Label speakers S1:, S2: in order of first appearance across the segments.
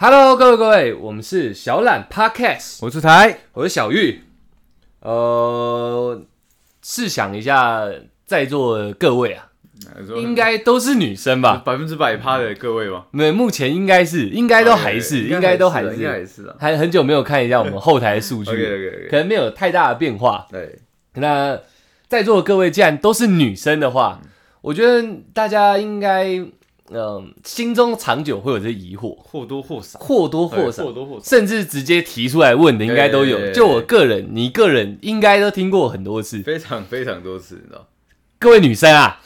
S1: Hello，各位各位，我们是小懒 Podcast，
S2: 我出台，
S1: 我是小玉。呃，试想一下，在座的各位啊，
S2: 嗯
S1: 应该都是女生吧？
S2: 啊百分之百趴的各位吧，
S1: 没，目前应该是，应该都还是，应该都还
S2: 哎应该还
S1: 是，
S2: 是啊。
S1: 还很久没有看一下我们后台数
S2: OK
S1: 据，
S2: OK
S1: 可
S2: OK，
S1: 能没有太大的变化。
S2: 对，
S1: 那在座的各位既然都是女生的话，我觉得大家应该，嗯、心中长久会有这疑惑，
S2: 或多或少，
S1: 或多或少
S2: 或。多或少。
S1: 甚至直接提出来问的应该都
S2: 对对
S1: 有。
S2: 对
S1: 就我个人，你个人应该都听过很多次。
S2: 非常非常多次，你知道？
S1: 各位女生啊，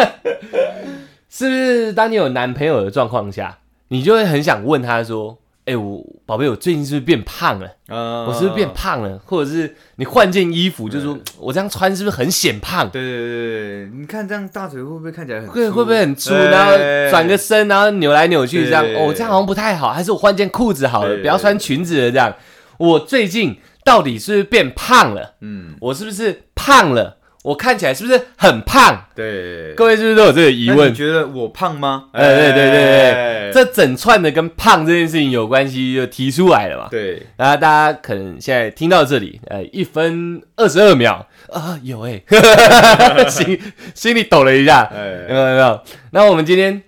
S1: 是不是当你有男朋友的状况下，你就会很想问他说：“哎、我宝贝，我最近是不是变胖了？
S2: 啊
S1: 我是不是变？胖了？或者是你换件衣服，就说我这样穿是不是很显胖？”
S2: 对对对对，你看这样大腿会不会看起来很粗
S1: 会会不会很粗？
S2: 对
S1: 然后转个身，然后扭来扭去，
S2: 对
S1: 这样
S2: 对对
S1: 哦，这样好像不太好。还是我换件裤子好了，
S2: 对对
S1: 不要穿裙子了。这样，我最近到底是不是变胖了？
S2: 嗯，
S1: 我是不是胖了？我看起来是不是很胖？
S2: 对。
S1: 各位是不是都有这个疑
S2: 那
S1: 问
S2: 你？觉得我胖吗？
S1: 哎对对对对
S2: 哎
S1: 这整串的跟胖这件事情有关系，就提出来了嘛。
S2: 对
S1: 然后大家可能现在听到这里，呃，一分二十二秒啊，有哎、 心心里抖了一下，
S2: 哎
S1: 有没有有没有？那我们今天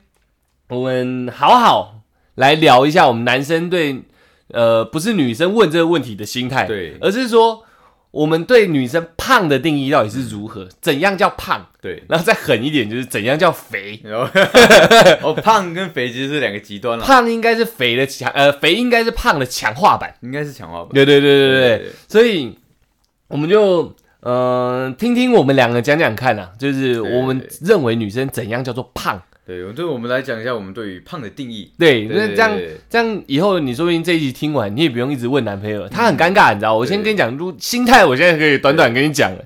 S1: 我们好好来聊一下我们男生对呃不是女生问这个问题的心态，
S2: 对哎
S1: 而是说我们对女生胖的定义到底是如何？怎样叫胖？
S2: 对，
S1: 然后再狠一点，就是怎样叫 肥？
S2: 然后 哦，胖跟肥其实是两个极端了，
S1: 胖应该是肥的强，呃，肥应该是胖的强化版。
S2: 应该是强化吧？
S1: 对对对对对
S2: 对对
S1: 所以我们就嗯、呃听听我们两个讲讲看啊，就是我们
S2: 对对
S1: 认为女生怎样叫做胖。
S2: 对，对我们来讲一下我们对于胖的定义。
S1: 对，
S2: 对对
S1: 那这样
S2: 对对
S1: 这样以后你说不定这一集听完，你也不用一直问男朋友，他很尴尬，你知道？我先跟你讲，如心态，我现在可以短短跟你讲了，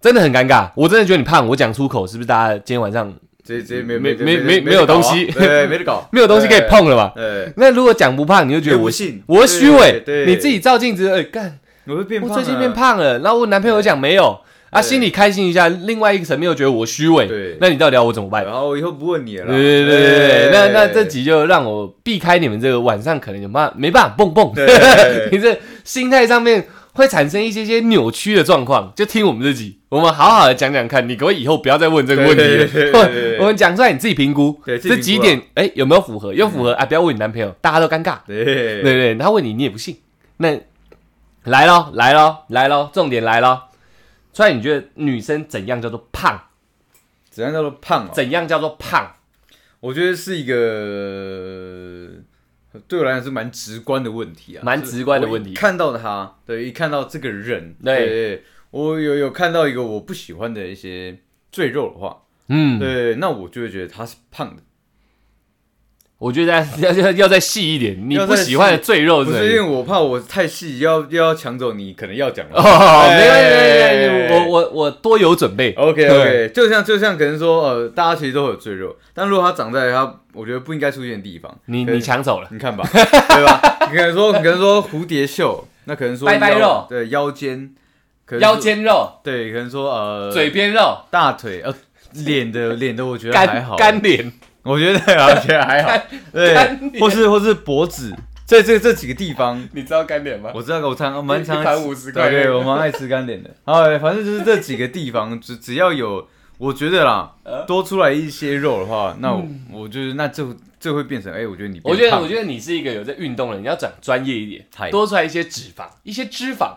S1: 真的很尴尬。我真的觉得你胖，我讲出口，是不是大家今天晚上
S2: 直接没
S1: 没
S2: 没
S1: 没没没有东西
S2: 没得搞啊 对，没得搞，
S1: 没有东西可以碰了吧？
S2: 对。
S1: 那如果讲不胖，你就觉得
S2: 又不
S1: 我
S2: 信
S1: 我虚伪
S2: 对，对
S1: 你自己照镜子，哎、干，
S2: 对，我会变
S1: 我
S2: 胖，啊
S1: 最近变，胖了，然后我男朋友讲没有，啊，
S2: 对
S1: 心里开心一下，另外一个层面又觉得我虚伪
S2: 对，
S1: 那你到底要我怎么办？
S2: 然后我以后不问你了啦。
S1: 对对对对对，那那这集就让我避开你们这个晚上可能有办法没办法蹦蹦，
S2: 对
S1: 你这心态上面会产生一些些扭曲的状况。就听我们这集，我们好好的讲讲看，你可不可以以后不要再问这个问题
S2: 对对对对对
S1: 了？
S2: 对
S1: 我们讲出来，你自己评估
S2: 对自
S1: 这
S2: 己评估啊嗯
S1: 几点，哎，有没有符合？有符合啊，不要问你男朋友，大家都尴尬。
S2: 对
S1: 对对，他问你，你也不信。那来咯，来咯，来咯，重点来咯。所以你觉得女生怎样叫做胖？
S2: 怎样叫做胖哦？
S1: 怎样叫做胖？
S2: 我觉得是一个对我来讲是蛮直观的问题啊，
S1: 蛮直观的问题
S2: 就是我一看到他，对，一看到这个人，
S1: 对
S2: 对，我有有看到一个我不喜欢的一些赘肉的话，
S1: 嗯，
S2: 对，那我就会觉得他是胖的，
S1: 我觉得要要要再细一点，你
S2: 要
S1: 不
S2: 再
S1: 喜欢的
S2: 细
S1: 赘肉
S2: 不
S1: 是
S2: 是因
S1: 哪
S2: 为
S1: 里？
S2: 我怕我太细，要又要抢走你可能要讲了。
S1: 哦，没关系，
S2: 哎哦
S1: 没关系，我我我多有准备。
S2: OK
S1: 哦对
S2: OK，就像就像可能说呃，大家其实都有赘肉，但如果它长在它我觉得不应该出现的地方，
S1: 你
S2: 可能
S1: 你抢走了，
S2: 你看吧， 对吧？你可能说可能说蝴蝶袖，那可能说
S1: 拜拜
S2: 腰
S1: 肉
S2: 对腰间，可能说
S1: 腰间肉、
S2: 对，可能说呃
S1: 嘴边肉、
S2: 大腿呃脸的脸的，我觉得还
S1: 干
S2: 好，
S1: 干脸，
S2: 我觉得我觉得还好，
S1: 干
S2: 对，
S1: 脸
S2: 或是或是脖子，这这这几个地方
S1: 你知道干脸吗？
S2: 我知道，我常我蛮常
S1: 一盘50块
S2: 对，我蛮爱吃干点的。 哎，反正就是这几个地方，只只要有，我觉得啦
S1: 呃，嗯
S2: 多出来一些肉的话，那我我就是那这这会变成，哎，我觉得你变
S1: 我觉得
S2: 胖
S1: 我觉得你是一个有在运动的人，你要讲专业一点，
S2: 嗨
S1: 多出来一些脂肪，一些脂肪。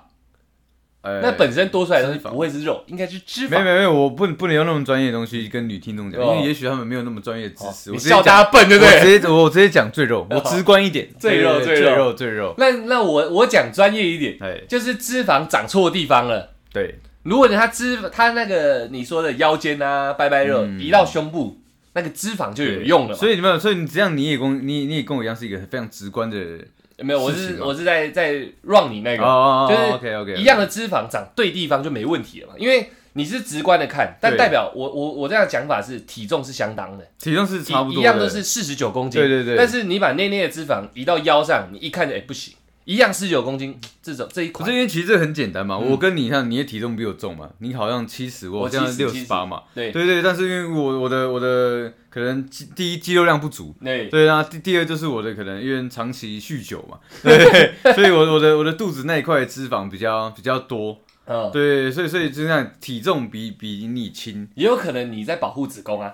S2: 哎
S1: 那本身多出来的东西
S2: 脂肪
S1: 不会是肉，应该是脂肪。
S2: 没有没有没有，我不不能用那么专业的东西跟女听众讲，因
S1: 哦
S2: 为也许他们没有那么专业的知
S1: 哦
S2: 识。
S1: 你
S2: 我直接
S1: 笑大
S2: 讲，
S1: 家笨，对
S2: 我
S1: 不对？
S2: 直接我直接讲最肉，我直观 一点，
S1: 赘肉
S2: 对对
S1: 赘
S2: 对
S1: 肉
S2: 肉赘肉，
S1: 那那我我讲专业一点，
S2: 哎，
S1: 就是脂肪长错地方了。
S2: 对，
S1: 如果他脂他那个你说的腰间啊、拜拜肉
S2: 嗯
S1: 移到胸部，那个脂肪就有用了嘛。
S2: 所以你们，所以你这样你也跟我你你也跟我一样是一个非常直观的人，
S1: 没有，我
S2: 事情
S1: 是
S2: 嘛
S1: 我是在在让你那
S2: 哦
S1: 个就
S2: 哦
S1: 是
S2: OK OK
S1: 一样的脂肪长对地方就没问题了嘛，因为你是直观的看，但
S2: 对
S1: 代表我我我这样讲法是体重是相当的，
S2: 体重是差不
S1: 一
S2: 多
S1: 一
S2: 的，
S1: 样都是四十九公斤，
S2: 对对对
S1: 但是你把内内的脂肪移到腰上，你一看就哎、不行，一样十九公斤， 这种这一
S2: 不
S1: 款
S2: 是因为其实这很简单嘛，我跟你一样，你也体重比我重嘛，你好像七十，嗯我
S1: 我
S2: 好像
S1: 70
S2: 六十八嘛，
S1: 对
S2: 对对，但是因为我我的我的可能肌第一肌肉量不足，
S1: 对
S2: 对，然后第第二就是我的可能因为长期酗酒嘛， 对，所以我我的我的肚子那一块脂肪比较比较多，
S1: 嗯，
S2: 对，所以所以就这样体重比比你轻，
S1: 也有可能你在保护子宫啊，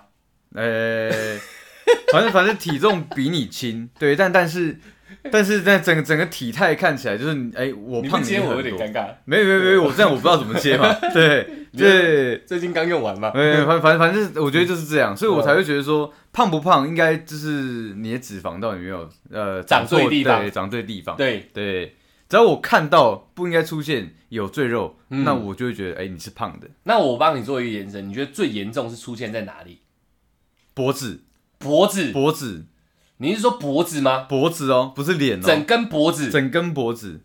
S2: 呃、 反正反正体重比你轻，对，但但是但是在整个整个体态看起来就是你哎、我
S1: 你不
S2: 胖
S1: 接
S2: 你很
S1: 我有点
S2: 多
S1: 尴尬，
S2: 没有没有没有，我这样我不知道怎么 接嘛。对
S1: 你嗯
S2: 对，
S1: 最近刚用完嘛，
S2: 没有反反反正我觉得就是这样，所以我才会觉得说胖不胖应该就是你的脂肪到底有没有呃
S1: 长
S2: 错
S1: 对地方
S2: 对长对地方，
S1: 对，
S2: 对，只要我看到不应该出现有赘肉，
S1: 嗯
S2: 那我就会觉得哎你是胖的，
S1: 那我帮你做一个延伸，你觉得最严重是出现在哪里？
S2: 脖子
S1: 脖子，
S2: 脖子
S1: 你是说脖子吗？
S2: 脖子哦，不是脸哦，
S1: 整根脖子，
S2: 整根脖子，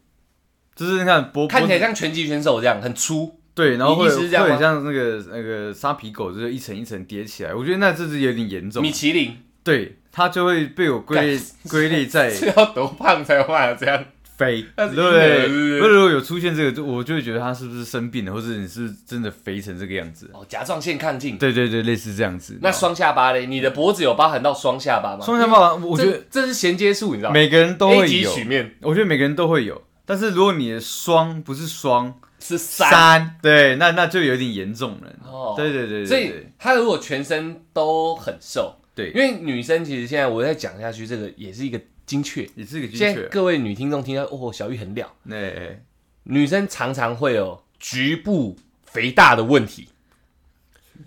S2: 就是你看脖
S1: 看起来
S2: 脖子
S1: 像拳击选手这样，很粗。
S2: 对，然后
S1: 你
S2: 会
S1: 意思是
S2: 会
S1: 这样吗
S2: 很像那个那个沙皮狗，就是一层一层叠起来，我觉得那这是有点严重
S1: 米，其林
S2: 对，它就会被我归类归类在
S1: 是要多胖才有办法这 样？
S2: 肥，
S1: 它是
S2: 对不
S1: 婴儿
S2: 对？
S1: 是不是
S2: 那如果有出现这个，就我就会觉得他是不是生病了，或者你是不是真的肥成这个样子？
S1: 哦，甲状腺亢进。
S2: 对对对，类似这样子。
S1: 那双下巴嘞？你的脖子有包含到双下巴吗？
S2: 双下巴，我
S1: 这，
S2: 觉得
S1: 这是衔接处，你知道吗？
S2: 每个人都
S1: A
S2: 会
S1: 级
S2: 有，哦
S1: 曲面
S2: 我觉得每个人都会有。但是如果你的双不是双
S1: 是三，
S2: 三，对，那那就有点严重了。
S1: 哦
S2: 对对对对，
S1: 所
S2: 对
S1: 以她如果全身都很瘦，
S2: 对
S1: 因为女生其实现在我再讲下去，这个也是一个精确。
S2: 也是一个精
S1: 现在
S2: 确。
S1: 各位女听众听到哦，小玉很了，
S2: 那哎
S1: 女生常常会有局部肥大的问题，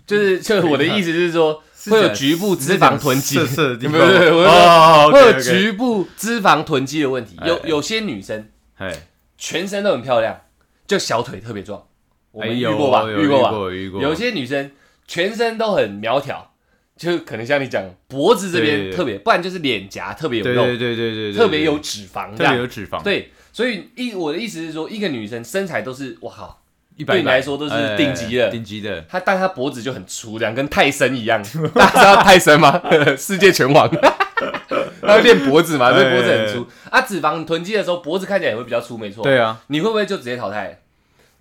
S1: 就是就是我的意思是说，
S2: 嗯是
S1: 会有
S2: 讲
S1: 局部
S2: 是
S1: 脂
S2: 讲
S1: 肪囤积
S2: 色色的地方
S1: 没有没有我
S2: 哦，
S1: 会有
S2: OK，OK
S1: 局部脂肪囤积的问题。有
S2: 哎
S1: 有些女生
S2: 哎，
S1: 全身都很漂亮，就小腿特别壮，我
S2: 哎
S1: 们遇
S2: 有
S1: 过吧？
S2: 有
S1: 遇过吧？
S2: 有遇过，
S1: 有些女生全身都很苗条，就可能像你讲脖子这
S2: 对对
S1: 边
S2: 对
S1: 特别，不然就是脸颊特别有
S2: 对
S1: 肉，
S2: 对对对对，对
S1: 特别有脂肪这
S2: 特别
S1: 样。
S2: 有脂肪，
S1: 对，所以一我的意思是说，一个女生身材都是哇靠，
S2: 一百
S1: 对你来说都是顶级的
S2: 顶级的。
S1: 她但她脖子就很粗，这样跟泰森一样。 大家知道泰森吗？ 世界拳王， 他会练脖子嘛，所以脖子很粗。啊，脂肪囤积的时候，脖子看起来也会比较粗，没错。
S2: 哎对啊，
S1: 你会不会就直接淘汰？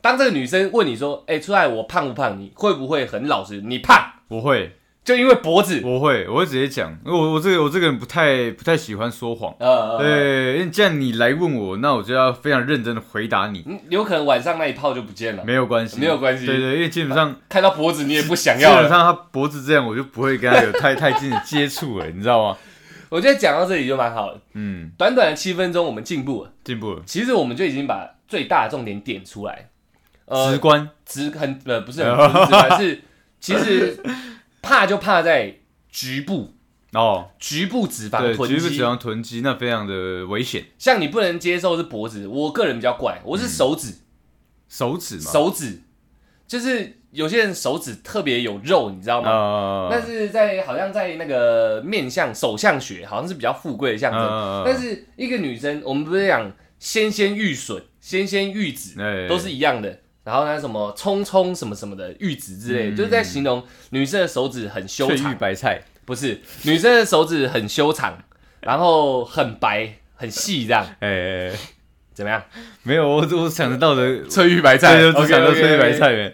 S1: 当这个女生问你说：“哎、出来我胖不胖？”你会不会很老实？你胖，
S2: 我会，
S1: 就因为脖子，
S2: 我会，我会直接讲，因为我我这个我这个人不太不太喜欢说谎。
S1: 呃，
S2: 对，因为既然你来问我，那我就要非常认真的回答你，
S1: 嗯，有可能晚上那一炮就不见了，
S2: 没有关系，
S1: 没有关系
S2: 对对，因为基本上
S1: 看到脖子你也不想
S2: 基
S1: 要
S2: 本上
S1: 了。
S2: 他脖子这样，我就不会跟他有太太近的接触了，你知道吗？
S1: 我觉得讲到这里就蛮好的，
S2: 嗯，
S1: 短短的七分钟我们进步了，
S2: 进步了，
S1: 其实我们就已经把最大的重点点出来，
S2: 直
S1: 呃，
S2: 观，
S1: 直很呃不是很不
S2: 哦
S1: 是直白，是其实怕就怕在局部
S2: 哦，
S1: 局部脂肪
S2: 对，
S1: 囤
S2: 局部
S1: 积
S2: 脂，肪囤积，那非常的危险，
S1: 像你不能接受是脖子，我个人比较怪，我
S2: 嗯
S1: 是手指，
S2: 手指嘛，
S1: 手指就是有些人手指特别有肉，你知道吗？
S2: 啊，
S1: 但是在好像在那个面相手相学，好像是比较富贵的象征。
S2: 嗯嗯嗯
S1: 但是一个女生，我们不是讲纤纤玉笋、纤纤玉子，
S2: 哎
S1: 都是一样的。然后呢，什么葱葱什么什么的玉子之类的，
S2: 嗯
S1: 就是在形容女生的手指很修
S2: 翠玉
S1: 长，
S2: 白菜，
S1: 不是女生的手指很修长，然后很白很细这样，
S2: 哎哎，哎
S1: 怎 么样？
S2: 没有，我我想得到的，
S1: 翠玉白
S2: 对，我只想到翠玉白菜园，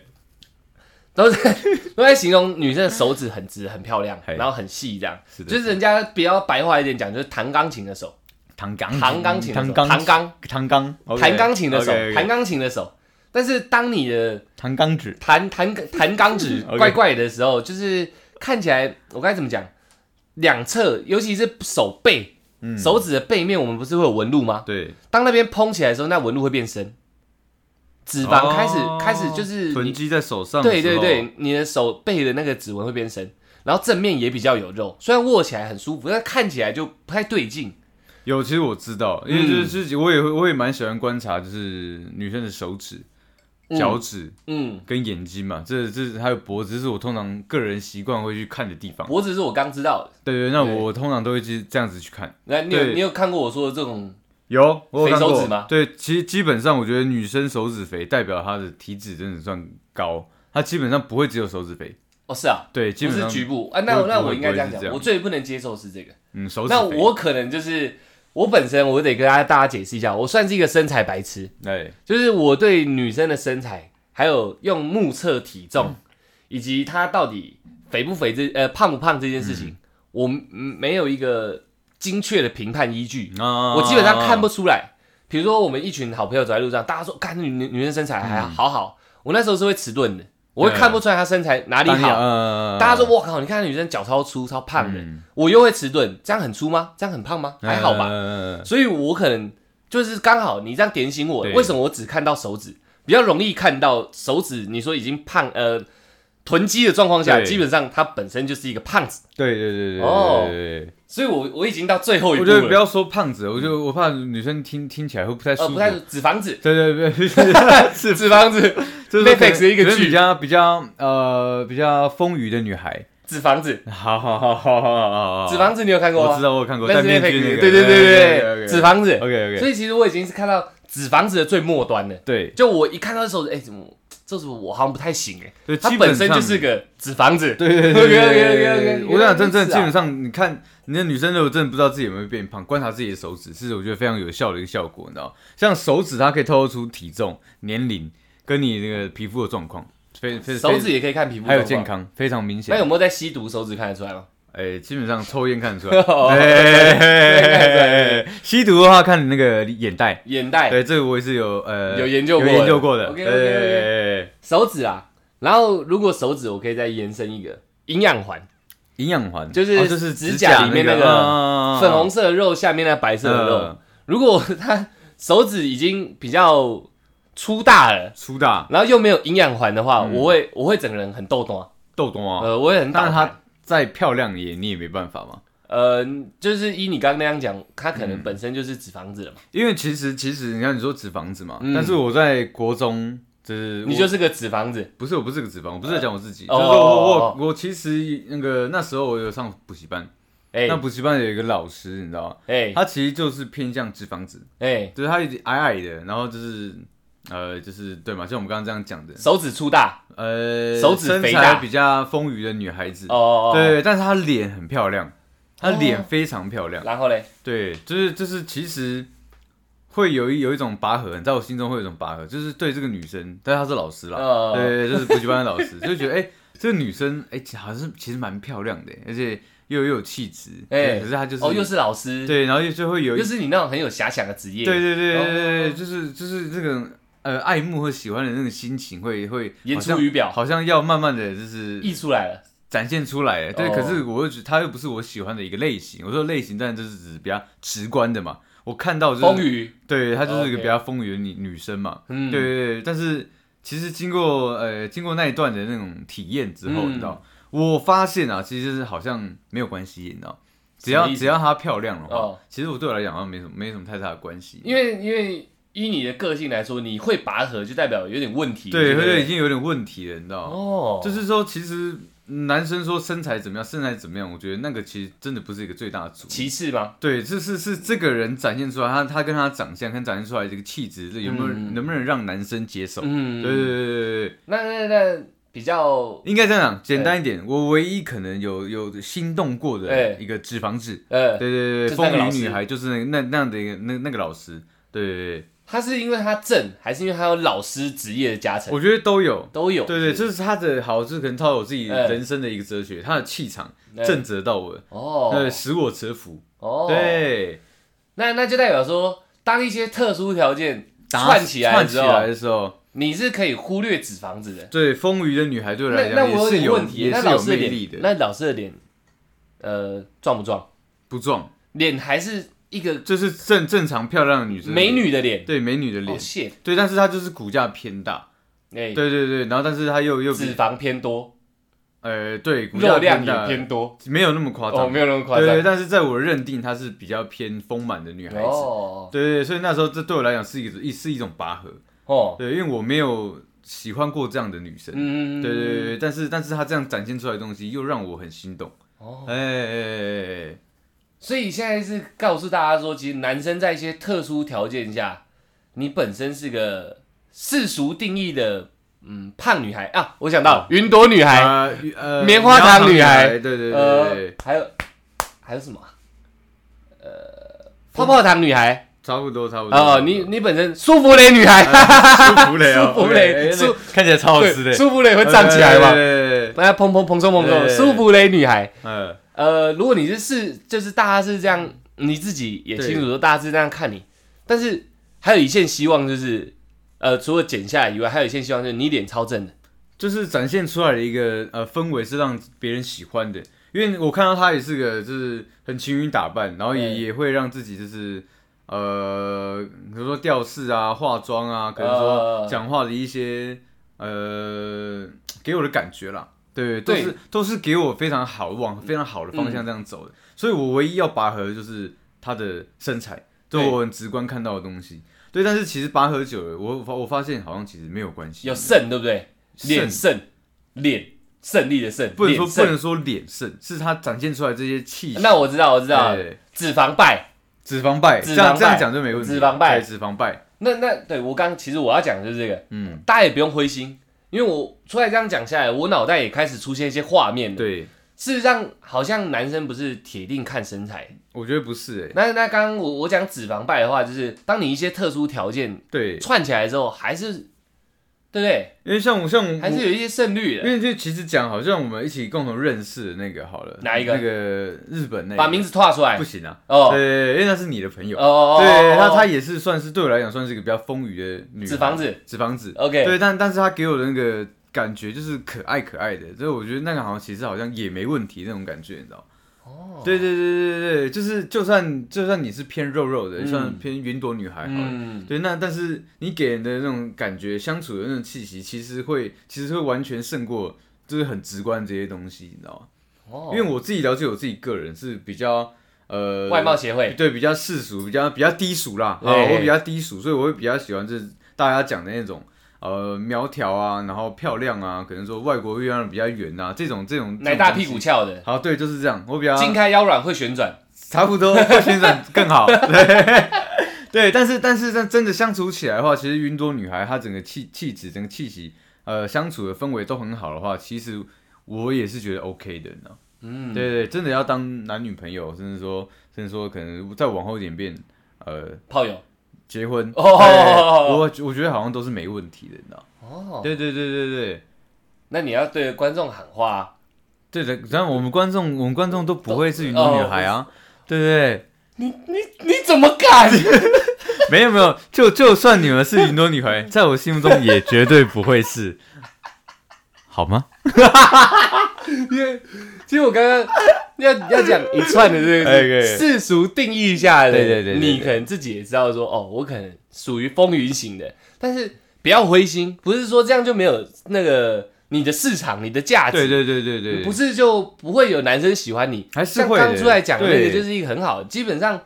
S1: 都在都在形容女生的手指很直、很漂亮，
S2: 嘿
S1: 然后很细这样，
S2: 是的
S1: 就是人家比较白话一点讲，就是弹钢琴的手，
S2: 嗯弹钢
S1: 弹钢琴的手，
S2: 弹
S1: 弹
S2: 钢
S1: 钢
S2: 弹钢
S1: 弹钢琴的手，弹
S2: 弹
S1: 钢琴的手。但是当你的
S2: 弹钢指，
S1: 弹弹弹钢指
S2: OK
S1: 怪怪的时候，就是看起来我该怎么讲？两侧，尤其是手背，
S2: 嗯
S1: 手指的背面，我们不是会有纹路吗？
S2: 对，
S1: 当那边蓬起来的时候，那纹路会变深，脂肪开始、
S2: 哦
S1: 开始就是
S2: 囤
S1: 你
S2: 积在手上，
S1: 对对
S2: 哦
S1: 对，你的手背的那个指纹会变深，然后正面也比较有肉，虽然握起来很舒服，但看起来就不太对劲。
S2: 有，其实我知道，
S1: 嗯
S2: 因为就是自己，我也会，我也蛮喜欢观察，就是女生的手指、
S1: 嗯
S2: 脚趾
S1: 嗯，
S2: 跟眼睛嘛，这这还有脖子，这是我通常个人习惯会去看的地方。
S1: 脖子是我刚知道的。
S2: 对对，那
S1: 对
S2: 我我通常都会去这样子去看。
S1: 那你有
S2: 对
S1: 你有看过我说的这种？
S2: 有，我有看
S1: 肥
S2: 过
S1: 手指吗
S2: 对，其实基本上我觉得女生手指肥代表她的体脂真的算高，她基本上不会只有手指肥。
S1: 哦，是啊，
S2: 对，基
S1: 不
S2: 本
S1: 是
S2: 上
S1: 局部啊。那我
S2: 不会
S1: 那
S2: 不
S1: 我
S2: 会
S1: 应该
S2: 不会
S1: 这样
S2: 是
S1: 讲
S2: 这，样
S1: 我最不能接受是这个。
S2: 嗯手指
S1: 那
S2: 肥
S1: 我可能就是我本身我得跟大家大家解释一下，我算是一个身材白痴，
S2: 哎，
S1: 就是我对女生的身材，还有用目测体重，以及她到底肥不肥这呃胖不胖这件事情，我嗯没有一个精确的评判依据，
S2: 啊
S1: 我基本上看不出来。比如说我们一群好朋友走在路上，大家说看女女女生身材还好好，我那时候是会迟钝的，我会
S2: 对
S1: 看不出来她身材啊哪里
S2: 当你
S1: 好。
S2: 嗯
S1: 大家说我靠，你看那女生脚超粗超胖的，
S2: 嗯
S1: 我又会迟钝，这样很粗吗？这样很胖吗？还好吧。
S2: 嗯嗯嗯
S1: 所以我可能就是刚好你这样点醒我，
S2: 对
S1: 为什么我只看到手指，比较容易看到手指？你说已经胖呃囤积的状况下，
S2: 对
S1: 基本上他本身就是一个胖子，
S2: 对对对对对
S1: 哦
S2: 对对对
S1: 所以我我已经到最后一步
S2: 我觉得不
S1: 了，
S2: 要说胖子，我就我怕女生听听起来会不太舒
S1: 呃
S2: 服。
S1: 不太脂肪 子，
S2: 对对对，对是
S1: 脂肪子，
S2: 就是说可能
S1: Netflix 的一个
S2: 可能
S1: 剧
S2: 比较比较呃比较丰腴的女孩。
S1: 脂肪子，
S2: 好好好好好好好，
S1: 脂肪子你有看过
S2: 哦我
S1: 吗
S2: 知？道我有看过，
S1: 但
S2: 戴
S1: 是
S2: 面
S1: Netflix
S2: 具那个，
S1: 对对对对对，脂肪子
S2: OK。OK，
S1: 所以其实我已经是看到脂肪子的最末端了。
S2: 对，
S1: 就我一看到这手指，哎、怎么这手指我好像不太行哎、
S2: 对
S1: 它
S2: 基
S1: 本
S2: 本
S1: 身
S2: 上
S1: 就是个脂肪子。
S2: 对对对
S1: OK
S2: 对
S1: OK OK OK，
S2: 我想真正基本上，你看，你的女生如果真的不知道自己有没有变胖，观察自己的手指，是我觉得非常有效的一个效果，你知道吗？像手指它可以透露出体重、年龄跟你那个皮肤的状况，非非
S1: 手指
S2: 非
S1: 也可以看皮肤，
S2: 还有健。康非常明
S1: 那有
S2: 显。
S1: 没有在吸毒手指看得出来吗？
S2: 哎，基本上抽烟看得出
S1: 哦
S2: 来，哎吸毒的话看你那个眼袋。
S1: 眼袋、
S2: 对，这个我也是有呃
S1: 有研究过的
S2: 有研究过的。
S1: OK，OK，OK
S2: 对
S1: 手指啊，然后如果手指，我可以再延伸一个营养环，
S2: 营养环
S1: 就是
S2: 哦就是
S1: 指甲
S2: 甲
S1: 里面那个
S2: 个
S1: 粉红色的肉下面那白色的
S2: 嗯
S1: 肉。如果他手指已经比较粗大了，
S2: 粗大
S1: 然后又没有营养环的话，
S2: 嗯
S1: 我会我会整个人很痘痘啊，
S2: 痘痘啊。
S1: 呃，我会很
S2: 但
S1: 倒霉。
S2: 是她再漂亮也你也没办法嘛，
S1: 呃，就是依你刚刚那样讲，它可
S2: 嗯
S1: 能本身就是脂肪子了嘛，
S2: 因为其实其实你看你说脂肪子嘛，
S1: 嗯
S2: 但是我在国中就是
S1: 你就是是个脂肪子。
S2: 不是我不是个脂肪，我不是在讲我自己，
S1: 呃
S2: 就是我
S1: 哦
S2: 我我我其实那个那时候我有上补习班，
S1: 哎
S2: 那补习班有一个老师你知道吗？
S1: 哎
S2: 他其实就是偏向脂肪子，
S1: 哎，
S2: 就是他一直矮矮的，然后就是呃就是对嘛，像我们刚刚这样讲的，
S1: 手指粗大
S2: 呃
S1: 手指
S2: 身
S1: 肥大
S2: 材比较丰腴的女孩子，
S1: 哦哦，哦，
S2: 对，但是她脸很漂亮，她
S1: 哦
S2: 脸非常漂亮。
S1: 然后嘞，
S2: 对，就是就是，其实会有一有一种拔河，在我心中会有一种拔河，就是对这个女生，但她是老师啦，
S1: 呃
S2: 对，就是补习班的老师，就觉得哎、这个女生哎、其好像是其实蛮漂亮的，而且又又有气质，
S1: 哎
S2: 对可是她就是、
S1: 哦，又是老师，
S2: 对，然后又就会有一
S1: 又是你那种很有遐想的职业，
S2: 对对对对对，
S1: 哦
S2: 就是就是这个呃爱慕和喜欢的那个心情会会
S1: 言
S2: 好
S1: 出
S2: 像
S1: 于表
S2: 好像要慢慢的就是
S1: 溢出来了，
S2: 展现出来，对。
S1: 哦
S2: 可是我又觉得他又不是我喜欢的一个类型。我说类型，但就是指比较直观的嘛。我看到就是
S1: 风雨，哦
S2: 对她就是一
S1: OK
S2: 个比较风雨的女女生嘛。
S1: 嗯，
S2: 对对对，但是其实经过呃经过那一段的那种体验之后，
S1: 嗯
S2: 你知道，我发现啊，其实是好像没有关系，你知道，
S1: 什
S2: 只要
S1: 么意思
S2: 只要她漂亮的话，
S1: 哦
S2: 其实我对我来讲好像没什么没什么太大的关系。
S1: 因为因为依你的个性来说，你会拔河就代表有点问题，
S2: 对，
S1: 不
S2: 会已经有点问题了，你知道。
S1: 哦，
S2: 就是说，其实男生说身材怎么样，身材怎么样，我觉得那个其实真的不是一个最大的阻力。
S1: 其次吗？
S2: 对，这是是这个人展现出来，他他跟他长相，跟展现出来这个气质，有没有、
S1: 嗯
S2: 能不能让男生接受？
S1: 嗯，
S2: 对对对对对，
S1: 那那那比较
S2: 应该这样讲，简单一点。我唯一可能有有心动过
S1: 哎
S2: 的一个脂肪痣，
S1: 呃
S2: 对，对
S1: 就是那
S2: 对对，风
S1: 个老
S2: 雨
S1: 师
S2: 女孩就是那个那那样的一个那那个老师，对对对，
S1: 他是因为他正，还是因为他有老师职业的加成，
S2: 我觉得都有。
S1: 都有，
S2: 对对，这是他的好，这可能套我自己
S1: 哎
S2: 人生的一个哲学，他的气场
S1: 哎
S2: 正直到我，
S1: 哦
S2: 对，使我折服。
S1: 哦，，
S2: 对，
S1: 那那就代表说，当一些特殊条件
S2: 打
S1: 串起来
S2: 串
S1: 的
S2: 起
S1: 时候
S2: 来，的时候，
S1: 你是可以忽略脂肪子的。
S2: 对风雨的女孩对我
S1: 那
S2: 来
S1: 那
S2: 讲也
S1: 我
S2: 是
S1: 点
S2: 有
S1: 问题，
S2: 也
S1: 那
S2: 是
S1: 老
S2: 有
S1: 师的
S2: 魅力
S1: 脸，
S2: 的，
S1: 那老师的脸，呃，壮不壮？
S2: 不壮，
S1: 脸还是一个
S2: 就是正正常漂亮的女生，
S1: 美，女的脸，
S2: 对美女的脸
S1: 哦，谢，
S2: 对，但是她就是骨架偏大，
S1: 哎，
S2: 对对对，然后但是她又又比
S1: 脂肪偏多，
S2: 呃对骨
S1: 肉
S2: 架
S1: 量
S2: 偏
S1: 也
S2: 大，
S1: 偏多，
S2: 没有那么夸
S1: 哦，
S2: 张，
S1: 没有那么夸
S2: 对对，
S1: 张。
S2: 但是在我认定她是比较偏丰满的女孩子，
S1: 哦
S2: 对对，所以那时候这对我来讲是一一是一种拔河，
S1: 哦，
S2: 对，因为我没有喜欢过这样的女生，
S1: 嗯，
S2: 对对对，但是但是他这样展现出来的东西又让我很心动。
S1: 哦
S2: 哦，哎哎哎，
S1: 所以现在是告诉大家说，其实男生在一些特殊条件下，你本身是个世俗定义的嗯胖女孩啊。我想到了云朵女孩，
S2: 啊呃
S1: 棉花糖女孩
S2: 对对对对
S1: 呃
S2: 对，，
S1: 还有还有什么啊？泡泡糖女孩
S2: 差不多差不多。
S1: 哦，你你本身舒芙蕾女孩，
S2: 舒芙蕾哦，
S1: 舒芙蕾
S2: 哎那
S1: 舒
S2: 看起来超好
S1: 对
S2: 吃啊的，
S1: 舒芙蕾会站起来哎
S2: 嘛
S1: 嘛？？大家砰砰砰砰砰
S2: 对对
S1: 砰，
S2: 对
S1: 舒芙蕾女孩。
S2: 嗯，
S1: 呃，如果你是是就是大家是这样，你自己也
S2: 对
S1: 清楚说大家是这样看你，但是还有一线希望就是，呃，除了剪下来以外，还有一线希望就是你脸超正的。
S2: 就是展现出来的一个呃氛围是让别人喜欢的，因为我看到他也是个就是很勤于打扮，然后也
S1: 对
S2: 也会让自己就是呃，比如说吊饰啊、化妆啊，可能说
S1: 呃
S2: 讲话的一些呃给我的感觉啦。对，都
S1: 对嗯
S2: 是都是给我非常好往非常好的方向这样走的，所以我唯一要拔河的就是他的身材，就
S1: 对
S2: 我很直观看到的东西。对，但是其实拔河久了，我发我发现好像其实没有关系，
S1: 有肾对不对？
S2: 肾
S1: 脸肾，脸胜利的胜，
S2: 不能说
S1: 脸
S2: 不
S1: 肾。
S2: 能说脸胜，是他展现出来这些气息。
S1: 那我知道，我知道，
S2: 对
S1: 脂肪败。
S2: 脂肪败，
S1: 脂
S2: 这
S1: 肪
S2: 样
S1: 败
S2: 这样讲就没问题。
S1: 脂肪败
S2: 对脂肪败，
S1: 那那对我刚其实我要讲的就是这个，
S2: 嗯，
S1: 大家也不用灰心，因为我出来这样讲下来，我脑袋也开始出现一些画面了。
S2: 对，
S1: 事实上，好像男生不是铁定看身材。
S2: 我觉得不是哎、
S1: 那那刚刚我我讲脂肪败的话，就是当你一些特殊条件
S2: 对，
S1: 串起来之后，还是对不对？
S2: 因为像我像我，
S1: 还是有一些胜率的。
S2: 因为就其实讲好像我们一起共同认识的那个好了，
S1: 哪一个
S2: 那个日本那个
S1: 把名字拓出来
S2: 不行啊，
S1: 哦
S2: 对，因为那是你的朋友，
S1: 哦哦，
S2: 对，
S1: 他
S2: 那她也是算是对我来讲算是一个比较丰腴的女孩
S1: 脂肪子，
S2: 脂肪子，
S1: OK，
S2: 对，但但是她给我的那个感觉就是可爱可爱的，所以我觉得那个好像其实好像也没问题那种感觉，你知道吗？哦，对对对对对，就是就算就算你是偏肉肉的，
S1: 嗯
S2: 像偏云朵女孩好了，
S1: 嗯，
S2: 对，那但是你给人的那种感觉，相处的那种气息，其实会其实会完全胜过，就是很直观这些东西，你知道吗？
S1: 哦
S2: 因为我自己了解我自己个人是比较呃
S1: 外貌协会，
S2: 对，比较世俗，比较比较低俗啦。啊，
S1: 对
S2: 我比较低俗，所以我会比较喜欢就是大家讲的那种呃苗条啊，然后漂亮啊，可能说外国月亮比较圆啊，这种这种
S1: 奶大屁股。
S2: 这种东西
S1: 翘的，
S2: 好，对，啊就是这样。我比较
S1: 筋开腰软会旋转，
S2: 差不多，霍先生更好。对，对，但是但是但真的相处起来的话，其实云朵女孩她整个气气质、整个气息，呃，相处的氛围都很好的话，其实我也是觉得 OK 的呢。
S1: 嗯，
S2: 对对，真的要当男女朋友，甚至说，甚至说，可能再往后一点变，呃，
S1: 炮友。
S2: 结婚，
S1: 哦
S2: 对我我觉得好像都是没问题的，你知道？
S1: 哦，
S2: 对对对对对
S1: 那你要对观众喊话啊，
S2: 对的。然后我们观众，我们观众都不会是云朵女孩啊，对不对？
S1: 你你你怎么 敢？
S2: 没有没有，就就算你们是云朵女孩，在我心目中也绝对不会 是，好吗？
S1: 因为其实我刚刚要要讲一串的这
S2: 哎可以
S1: 个世俗定义下的，
S2: 对对对对对
S1: 你可能自己也知道说，哦，我可能属于风云型的，但是不要灰心，不是说这样就没有那个你的市场、你的价值，
S2: 对对对对对，
S1: 不是就不会有男生喜欢你。
S2: 还是
S1: 像
S2: 会的
S1: 刚出来讲的那
S2: 对
S1: 个就是一个很好的，基本上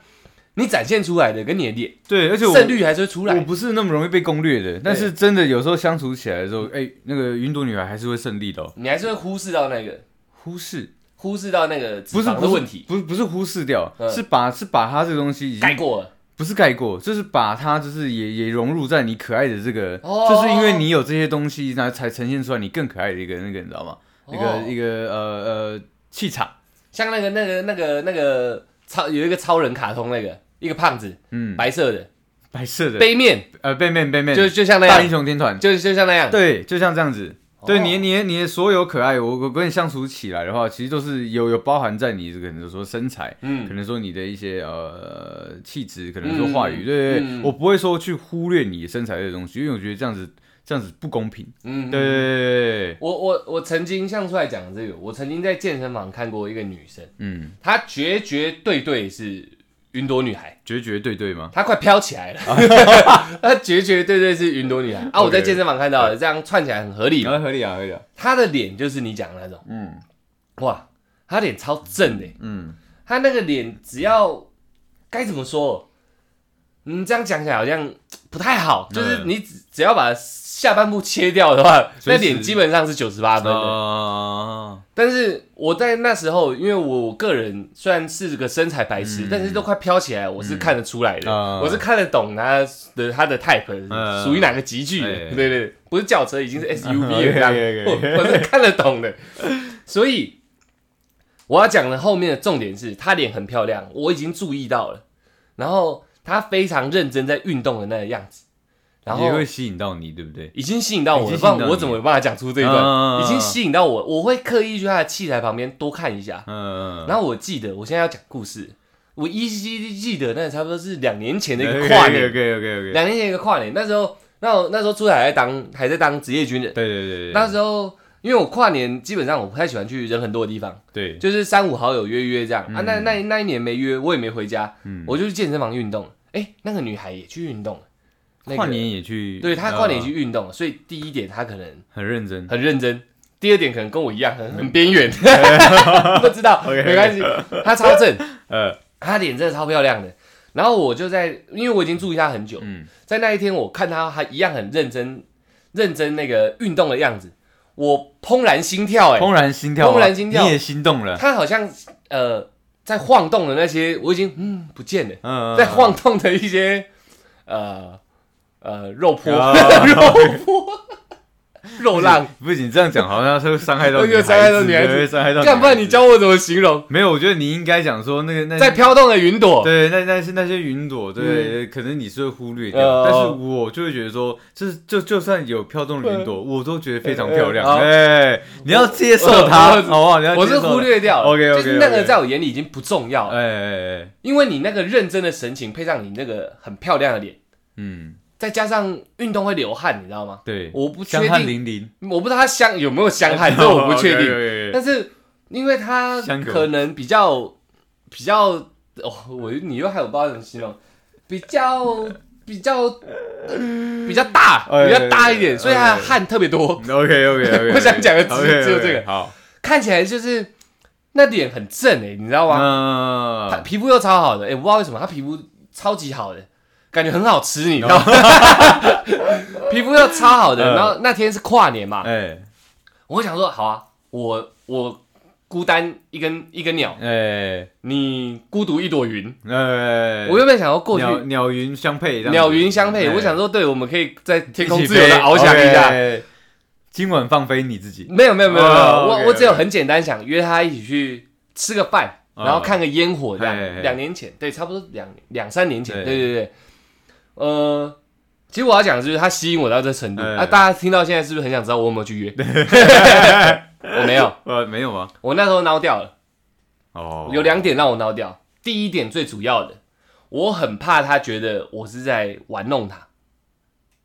S1: 你展现出来的跟你的脸
S2: 对，而且我
S1: 胜率还是会出
S2: 我
S1: 来。
S2: 不是那么容易被攻略的，但是真的有时候相处起来的时候，哎、那个云朵女孩还是会胜利的、哦。
S1: 你还是会忽视到那个，
S2: 忽视
S1: 忽视到那个脂
S2: 不是
S1: 肪的
S2: 不是
S1: 问题，
S2: 不是不是忽视掉，
S1: 嗯
S2: 是把是把它这个东西已经
S1: 盖过了。
S2: 不是盖过，就是把它就是也也融入在你可爱的这个，
S1: 哦
S2: 就是因为你有这些东西，然后才呈现出来你更可爱的一个那个，你知道吗？那个、
S1: 哦
S2: 一个呃呃气场，
S1: 像那个那个那个那个超有一个超人卡通那个一个胖子
S2: 嗯，
S1: 白色的
S2: 白色的，
S1: 杯面，
S2: 呃背面背面，
S1: 就就像那
S2: 大英
S1: 样，
S2: 雄天团，
S1: 就就像那样。
S2: 啊对，就像这样子。对
S1: 哦
S2: 你，你你的所有可爱，我我跟你相处起来的话，其实都是有有包含在你这个，可能说身材，可
S1: 嗯，
S2: 能说你的一些呃气质，可能说话语，
S1: 嗯
S2: 对对对，
S1: 嗯
S2: 我不会说去忽略你身材这个东西，因为我觉得这样子这样子不公平。
S1: 嗯，
S2: 对对对对，
S1: 我我我曾经像出来讲的这个，我曾经在健身房看过一个女生，
S2: 嗯，
S1: 她绝绝对对是云朵女孩，
S2: 绝绝对对吗？
S1: 她快飘起来 了， 她绝绝对对是云朵女孩啊！我在
S2: OK
S1: 健身房看到的，这样串起来很合理嘛。
S2: 后合理啊，合理啊，
S1: 她的脸就是你讲的那种，
S2: 嗯
S1: 哇，她脸超正的，
S2: 嗯，
S1: 他那个脸只要该怎么说？嗯，这样讲起来好像不太好，就是你只只要把下半部切掉的话，
S2: 嗯随
S1: 那
S2: 时哦
S1: 脸基本上是九十八分的。
S2: 啊，
S1: 但是我在那时候，因为我个人虽然是个身材白
S2: 嗯
S1: 痴，但是都快飘起来，我是看得出来的，
S2: 啊
S1: 我是看得懂他的他的 type
S2: 嗯
S1: 属于哪个集聚的，
S2: 哎
S1: 对对对，不是轿车，已经 是 SUV 了，
S2: OK，OK，OK
S1: 这样
S2: 哎
S1: 我我是看得懂的，所以我要讲的后面的重点是，她脸很漂亮，我已经注意到了，然后她非常认真在运动的那个样子，然后
S2: 也会吸引到你，对不对？
S1: 已经吸引到我
S2: 已
S1: 了，
S2: 经
S1: 不
S2: 吸引到
S1: 然
S2: 你
S1: 我怎么有办法讲出这一段？
S2: 嗯嗯嗯嗯
S1: 已经吸引到我，我会刻意去她的器材旁边多看一下。
S2: 嗯，
S1: 然后我记得我现在要讲故事，我依稀记得那差不多是两年前的一 个跨年，
S2: ，OK OK OK，
S1: 两年前一个跨年，那时候那我那时候出海还在当还在当职业军人，
S2: 对对对对，
S1: 那时候。因为我跨年基本上我不太喜欢去人很多的地方，
S2: 对
S1: 就是三五好友约约这样、啊。那那那一年没约，我也没回家，
S2: 嗯
S1: 我就去健身房运动。哎、那个女孩也去运动了，那个
S2: 跨年也去，
S1: 对她跨年也去
S2: 呃
S1: 运动了，所以第一点她可能
S2: 很认真，
S1: 很认真，第二点可能跟我一样很很边 缘，不知道
S2: OK
S1: 没关系，她超正，
S2: 呃，
S1: 她脸真的超漂亮的。然后我就在，因为我已经注意她很久，
S2: 嗯
S1: 在那一天我看她还一样很认真，认真那个运动的样子，我怦然心跳、哎，
S2: 怦然心跳啊，
S1: 怦然心跳
S2: 你也心动了，
S1: 他好像呃在晃动的那些，我已经嗯不见了，
S2: 嗯，
S1: 在晃动的一些呃呃肉坡、
S2: 啊
S1: 肉坡、 肉浪，
S2: 不仅这样讲，好像是会伤害到
S1: 会
S2: 女孩子，
S1: 伤害到女孩子
S2: 对会伤害到女孩
S1: 干不然你
S2: 子
S1: 教我怎么形容？
S2: 没有，我觉得你应该讲说那个那
S1: 在飘动的云朵，
S2: 对，那那是那些云朵，对，可能你是会忽略掉，
S1: 呃
S2: 但是我就会觉得说，就是就就算有飘动的云朵，我都觉得非常漂亮。
S1: 呃
S2: 哎、你要接受
S1: 我
S2: 它，好不好？你要
S1: 我
S2: 接
S1: 是
S2: 受它
S1: 忽，略掉了
S2: OK，OK，OK
S1: 就是那个在我眼里已经不重要了，
S2: 哎哎哎，
S1: 因为你那个认真的神情配上你那个很漂亮的脸，
S2: 嗯，
S1: 再加上运动会流汗，你知道吗？
S2: 对，
S1: 我不确
S2: 嗯香汗
S1: 定，
S2: 淋 漓，
S1: 我不知道他香有没有香 汗，这我不确定。
S2: 定
S1: 但是因为他
S2: 香狗
S1: 可能比较比较哦，我你又还有不知道怎么形容，比较比较比较大，
S2: 哎
S1: 比较大一
S2: 哎
S1: 点，所以他的
S2: 哎
S1: 汗特别多，
S2: OK OK OK，
S1: 我想讲的只是只有这个
S2: 好，
S1: 看起来就是那脸很正哎、你知道吗？他
S2: 嗯，
S1: 皮肤又超好的，哎、我不知道为什么他皮肤超级好的。感觉很好吃，你知道吗？ 皮肤又超好的，
S2: 嗯
S1: 然后那天是跨年嘛，
S2: 哎
S1: 我想说好啊，我我孤单一根一根鸟，
S2: 哎
S1: 你孤独一朵云。
S2: 哎，
S1: 我原本想要过去
S2: 鸟鸟云相配，这样子
S1: 鸟云相配，
S2: 哎
S1: 我想说，对，我们可以在天空
S2: 一起
S1: 自由的
S2: 飞
S1: 翱翔一下。
S2: OK，今晚放飞你自己。
S1: 没有没有没有没有，
S2: 哦
S1: 我
S2: OK，
S1: 我只有
S2: OK
S1: 很简单想约他一起去吃个饭，
S2: 哦
S1: 然后看个烟火这样
S2: 嘿嘿。嘿
S1: 两年前，对，差不多两两三年前，
S2: 对
S1: 对对对。呃，其实我要讲的就是他吸引我到这程度
S2: 哎
S1: 啊，大家听到现在是不是很想知道我有没有去 约？我没有，
S2: 呃，没有吗？
S1: 我那时候孬掉了。
S2: 哦，
S1: 有两点让我闹掉。第一点最主要的，我很怕他觉得我是在玩弄他。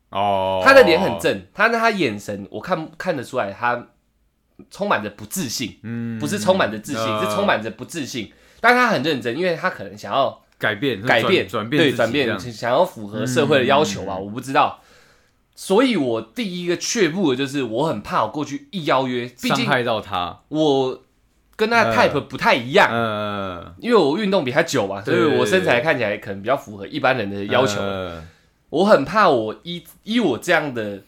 S2: 哦，
S1: 他的脸很，正，他那他眼神我看看得出来，他充满着不自信，
S2: 嗯
S1: 不是充满着自信，
S2: 呃
S1: 是充满着不自信。但他很认真，因为他可能想要
S2: 改变、
S1: 改变、
S2: 转转变、
S1: 对转变，
S2: 嗯
S1: 想要符合社会的要求吧，我不知道。所以我第一个却步的就是，我很怕我过去一邀约，毕
S2: 伤
S1: 竟
S2: 害嗯到他。
S1: 我跟他的 type 不太一样，
S2: 呃，
S1: 因为我运动比他久嘛，所
S2: 对
S1: 以我身材看起来可能比较符合一般人的要求。
S2: 呃
S1: 我很怕我依依我这样的，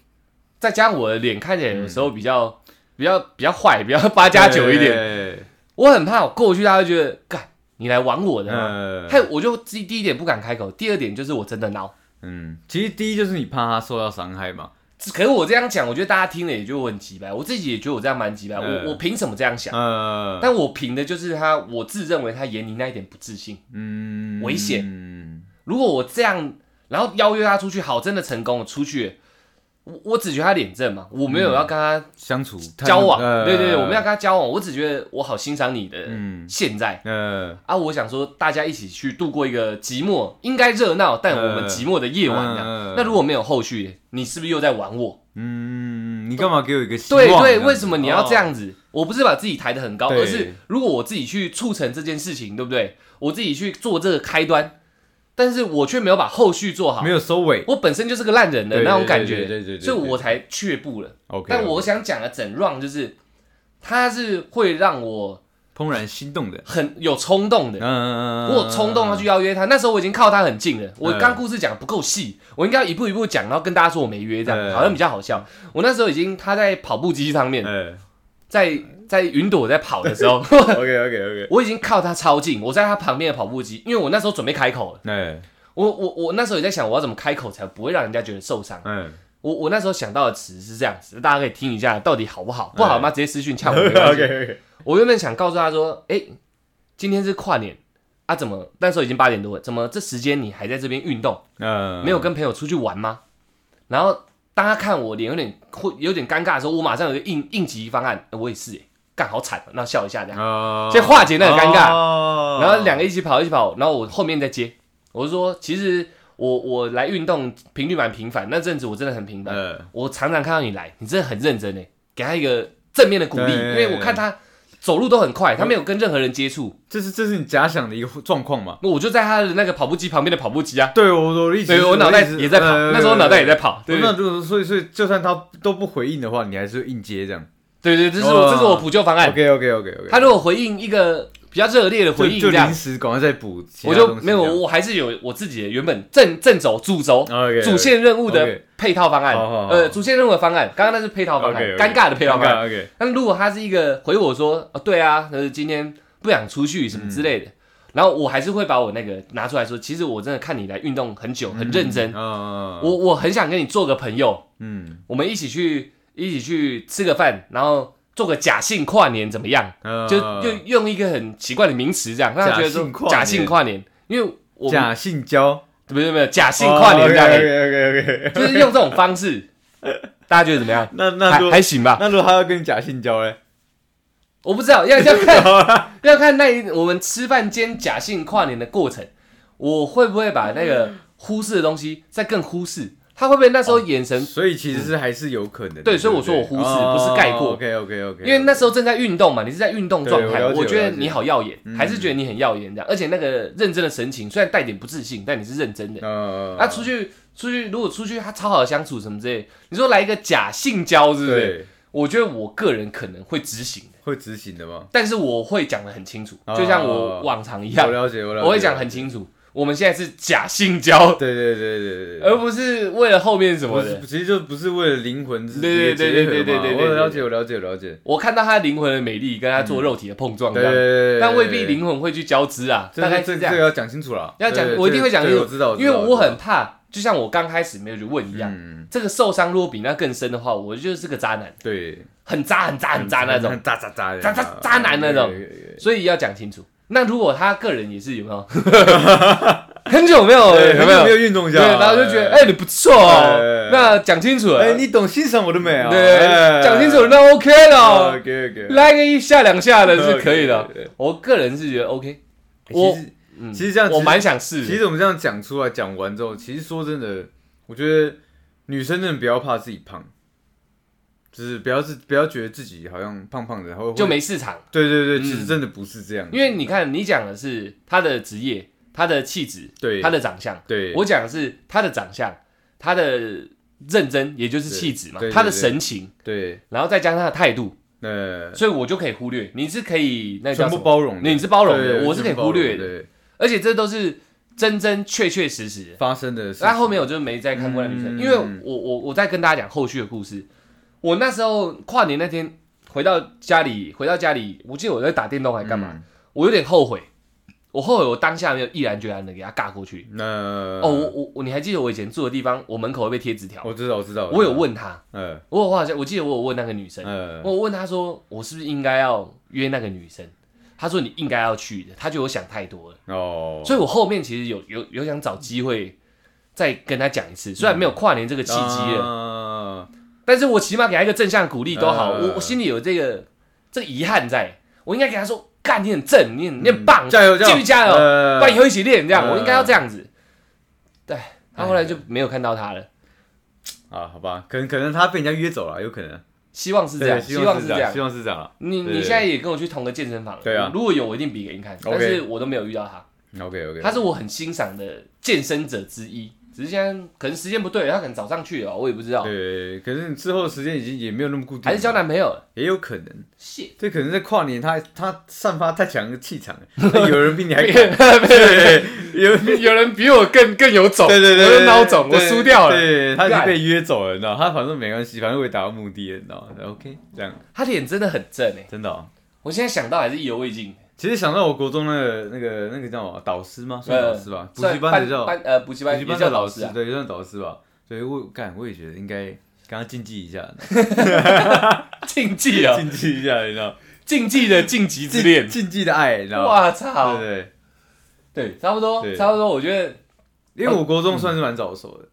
S1: 再加上我的脸看起来有时候
S2: 嗯
S1: 比较、比较比较坏，比较八加九一点，
S2: 点。
S1: 我很怕我过去他会觉得，干你来玩我的嘛。
S2: 呃，
S1: 害我就第第一点不敢开口，第二点就是我真的孬。
S2: 嗯，其实第一就是你怕他受到伤害嘛。
S1: 可是我这样讲，我觉得大家听了也觉得我很急白，我自己也觉得我这样蛮急白，
S2: 嗯
S1: 我我凭什么这样想？
S2: 呃，
S1: 但我凭的就是他，我自认为他眼里那一点不自信。
S2: 嗯，
S1: 危险
S2: 嗯，
S1: 如果我这样，然后邀约他出去，好，真的成功了，出去，我我只觉得他脸正嘛，我没
S2: 嗯
S1: 有要跟他
S2: 相处太
S1: 交往，
S2: 呃
S1: 对对对，我们要跟他交往，我只觉得我好欣赏你的
S2: 嗯
S1: 现在、
S2: 呃
S1: 啊，我想说大家一起去度过一个寂寞，应该热闹，但我们
S2: 呃
S1: 寂寞的夜晚这样。
S2: 呃
S1: 那如果没有后续，你是不是又在玩我？
S2: 嗯，你干嘛给我一个希望
S1: 对
S2: 这
S1: 对，
S2: 样子
S1: 为什么你要这？
S2: 哦
S1: 样子？我不是把自己抬得很高，
S2: 对
S1: 而是如果我自己去促成这件事情，对不对？我自己去做这个开端，但是我却没有把后续做好
S2: 哦没。有收尾
S1: 我本身就是个烂人的
S2: 对
S1: 那种感觉，
S2: 对对对对对对
S1: 所以我才却步了。
S2: ？OK，
S1: 但我想讲的整 round 就是，他是会让我
S2: 怦然心动的，
S1: 很有冲动的。
S2: 嗯，
S1: 我有冲动要去邀约他，那时候我已经靠他很近了。我
S2: 嗯
S1: 刚故事讲得不够细，我应该要一步一步讲，然后跟大家说我没约，这样
S2: 嗯
S1: 好像比较好笑。我那时候已经他在跑步机上面，
S2: 哎
S1: 在在云朵在跑的时 候，
S2: ，OK OK OK，
S1: 我已经靠他超近，我在他旁边的跑步机，因为我那时候准备开口了。
S2: 哎
S1: 我我我那时候也在想，我要怎么开口才不会让人家觉得受伤。
S2: 嗯，
S1: 我我那时候想到的词是这样子，大家可以听一下，到底好不好？不好
S2: 哎
S1: 嘛，直接私讯呛我没关系。
S2: OK，
S1: 我原本想告诉他说，哎、今天是跨年，啊，怎么那时候已经八点多了，怎么这时间你还在这边运动？
S2: 呃，
S1: 没有跟朋友出去玩吗？然后当他看我脸有点会有点尴尬的时候，我马上有个应应急方案，呃我也是、欸，干好惨、啊，然后笑一下这样，
S2: 呃，
S1: 先化解那个尴尬。
S2: 尬
S1: 然后两个一起跑，一起跑，然后我后面再接。我就说，其实我我来运动频率蛮频繁，那阵子我真的很频繁，
S2: 呃，
S1: 我常常看到你来，你真的很认真诶，给他一个正面的鼓励，
S2: 对
S1: 因为我看他走路都很快，他没有跟任何人接触，
S2: 这是这是你假想的一个状况嘛？
S1: 那我就在他的那个跑步机旁边的跑步机啊，
S2: 对，我我的意思
S1: 所以
S2: 是，
S1: 我脑袋
S2: 的意思
S1: 也在跑，
S2: 呃
S1: 那时候我脑袋也在跑，对
S2: 哦那如果所以所以，就算他都不回应的话，你还是会应接这样。
S1: 对对，这是我
S2: 哦
S1: 这是我补救方案。
S2: OK OK OK OK，
S1: 哎他如果回应一个比较热烈的回应
S2: 就
S1: 这样
S2: 临，时赶快再补哦其
S1: 我
S2: 他
S1: 就
S2: 东西
S1: 没
S2: 这
S1: 有，
S2: 样，
S1: 我还是有我自己的原本正正轴主轴
S2: OK，
S1: 主线任务的
S2: OK
S1: 配套方案
S2: 好好，好
S1: 呃，主线任务的方案，刚刚那是配套方案，
S2: OK，OK
S1: 尴尬的配套方案。
S2: OK，
S1: 但如果他是一个回我说，哦，对啊，呃，今天不想出去什么之类的，
S2: 嗯
S1: 然后我还是会把我那个拿出来说，其实我真的看你来运动很久，很认真，
S2: 嗯，
S1: 我我很想跟你做个朋友，
S2: 嗯
S1: 我们一起去一起去吃个饭，然后做个假性跨年怎么样？
S2: 嗯
S1: 就就用一个很奇怪的名词这样，让他觉得说
S2: 假性跨年
S1: 假性跨年，因为我们
S2: 假哦性交，
S1: 不是不是假性跨年这样而已，
S2: OK OK OK，
S1: 就是用这种方式，大家觉得怎么样？
S2: 那那
S1: 还
S2: 如
S1: 还行吧，
S2: 那如果他要跟你假性交嘞，
S1: 我不知道要要看 要看那一我们吃饭间假性跨年的过程，我会不会把那个忽视的东西再更忽视？他会不会那时
S2: 哦
S1: 候眼神
S2: 所以其实是还是有可能的。
S1: 对
S2: 不
S1: 所以我说我忽视
S2: 哦
S1: 不是概括
S2: OK OK OK，
S1: 因为那时候正在运动嘛，你是在运动状态，
S2: 对我了解
S1: 我觉
S2: 我
S1: 得
S2: 了解嗯
S1: 你好耀眼，还是觉得你很耀眼这样，而且那个认真的神情，虽然带点不自信，但你是认真的。
S2: 呃，
S1: 啊，出去出去，如果出去他超好相处什么之类，你说来一个假性交，是不是？
S2: 对
S1: 我觉得我个人可能会执行的，
S2: 会执行的吗？
S1: 但是我会讲的很清楚，
S2: 哦
S1: 就像我往常一样
S2: 我，了解，我了解，
S1: 我会讲很清楚，我们现在是假性交，
S2: 对对对对对对，
S1: 而不是为了后面什
S2: 不
S1: 么
S2: 是
S1: 的。，
S2: 其实就不是为了灵魂之
S1: 对对对对对对对对对
S2: 我了解，我了解，我了解，
S1: 我看到他灵魂的美丽，跟他做肉体的碰撞
S2: 对
S1: 这
S2: 嗯对对
S1: 样，
S2: 对，对
S1: 但未必，灵魂会去交织啊，
S2: 对
S1: 大概
S2: 这
S1: 是这
S2: 这
S1: 样
S2: 个。要讲清楚了，
S1: 要讲
S2: 对对
S1: 我一定会
S2: 这
S1: 讲
S2: 个这个
S1: 清
S2: 我知道，
S1: 楚，因为
S2: 哦知道
S1: 我很，怕，就像我刚开始没有去问一
S2: 知道
S1: 样，
S2: 嗯，
S1: 这个受伤如果比那更深的话，我就是个渣男，
S2: 对，
S1: 很渣很渣很渣那种，
S2: 渣渣渣的
S1: 渣渣渣男那种
S2: 对对对对
S1: 所以要讲清楚。那如果他个人也是有没 有很久没有
S2: 对
S1: 有
S2: 很
S1: 没
S2: 久没
S1: 有
S2: 有运动一
S1: 对，
S2: 下，
S1: 然后就觉得
S2: 哎
S1: 哎你不错哦
S2: 哎，
S1: 那讲清楚了
S2: 哎，，你懂欣赏我的美啊，哎
S1: 对，讲清楚那 OK 了，
S2: ，OK OK，
S1: 来个一下两下的是可以的
S2: 对对对。
S1: 我个人是觉得 OK，我
S2: 其实
S1: 嗯
S2: 其实这样
S1: 我
S2: 其实
S1: 蛮想试的，
S2: 其实我们这样讲出来，讲完之后，其实说真的，我觉得女生真的不要怕自己胖，就是不要自不要觉得自己好像胖胖的，然后会
S1: 就没市场。
S2: 对对对，
S1: 嗯
S2: 其实真的不是这样，
S1: 因为你看，你讲的是他的职业、他的气质、
S2: 对
S1: 他的长相，
S2: 对
S1: 我讲的是他的长相、他的认真，也就是气质嘛
S2: 对，对
S1: 他的神情，
S2: 对
S1: 然后再加上他的态度，
S2: 呃
S1: 所以我就可以忽略。你是可以那叫
S2: 全部
S1: 什么？
S2: 包容的，
S1: 你是包容
S2: 对
S1: 的，我是可以忽略的，，
S2: 对
S1: 而且这都是真真确确实实的。
S2: 发生的事情，
S1: 那后面我就没再看过那女生，
S2: 嗯
S1: 因为我我我在跟大家讲后续的故事。我那时候跨年那天回到家里，回到家里，我记得我在打电动
S2: 嗯
S1: 还干嘛，我有点后悔，我后悔我当下没有毅然决然的给他尬过去。
S2: 那
S1: 哦，我
S2: 嗯
S1: 我我，你还记得我以前住的地方，我门口会被贴纸条，
S2: 我知道我知道，
S1: 我有问他，
S2: 呃
S1: 我有好像我记得我有问那个女生，
S2: 呃
S1: 我有问她说我是不是应该要约那个女生，她说你应该要去的，她觉得我想太多了。
S2: 哦，
S1: 所以我后面其实有有有想找机会再跟他讲一次，虽然
S2: 嗯
S1: 没有跨年这个契机了，
S2: 啊了，
S1: 但是我起码给他一个正向鼓励都好，
S2: 呃
S1: 我我心里有这个这个遗憾在，我应该给他说，干你很正，你很你很棒，
S2: 嗯加油加油，
S1: 继续加油，
S2: 呃
S1: 不然以后一起练这样，
S2: 呃
S1: 我应该要这样子。对，他后来就没有看到他了，
S2: 啊，好吧，可能可能他被人家约走了，有可能。
S1: 希望是这
S2: 对，
S1: 样，
S2: 希
S1: 希
S2: 望
S1: 望
S2: 是
S1: 是
S2: 这
S1: 这
S2: 样，
S1: 样
S2: 希。望是这样啊。
S1: 你
S2: 对
S1: 你现在也跟我去同个健身房了，
S2: 对啊
S1: 如果有我一定比给你看，但
S2: OK 啊
S1: 是我都没有遇到他。
S2: OK OK，
S1: 他是我很欣赏的健身者之一，只是现在可能时间不对，他可能早上去了，我也不知道，
S2: 对，可是你之后的时间已经也没有那么固定，
S1: 还是交男朋友了。
S2: 也有可能，
S1: 谢，
S2: 这可能在跨年他他散发太强的 气场了，有人比你还敢， 对，有。
S1: 有人比我更更有种，
S2: 对对对，
S1: 我
S2: 对
S1: 有孬种，我
S2: 对
S1: 输掉了。
S2: 对，他已经
S1: 干
S2: 被约走了，你知道？他反正没关系，反正我也达到目的了，你知道吗？OK，这样
S1: 他脸真的很正哎、
S2: 真的哦。
S1: 我现在想到还是意犹未尽。
S2: 其实想到我国中那个那个那个叫什么导师吗？算
S1: 呃
S2: 导师吧，补
S1: 算
S2: 习班的叫
S1: 班呃补习
S2: 补
S1: 班
S2: 习
S1: 也
S2: 班
S1: 叫
S2: 的
S1: 老
S2: 老
S1: 师啊，
S2: 对，也算导师吧。所以我干，我也觉得应该跟他竞技 一下，
S1: 竞技啊，
S2: 竞技一下，你知道？
S1: 竞技的晋级之恋。
S2: 禁忌的爱，你知道吗？
S1: 哇操！
S2: 对对，
S1: 差不多
S2: 对，
S1: 差不多。我觉得，
S2: 因为我国中算是蛮早熟的，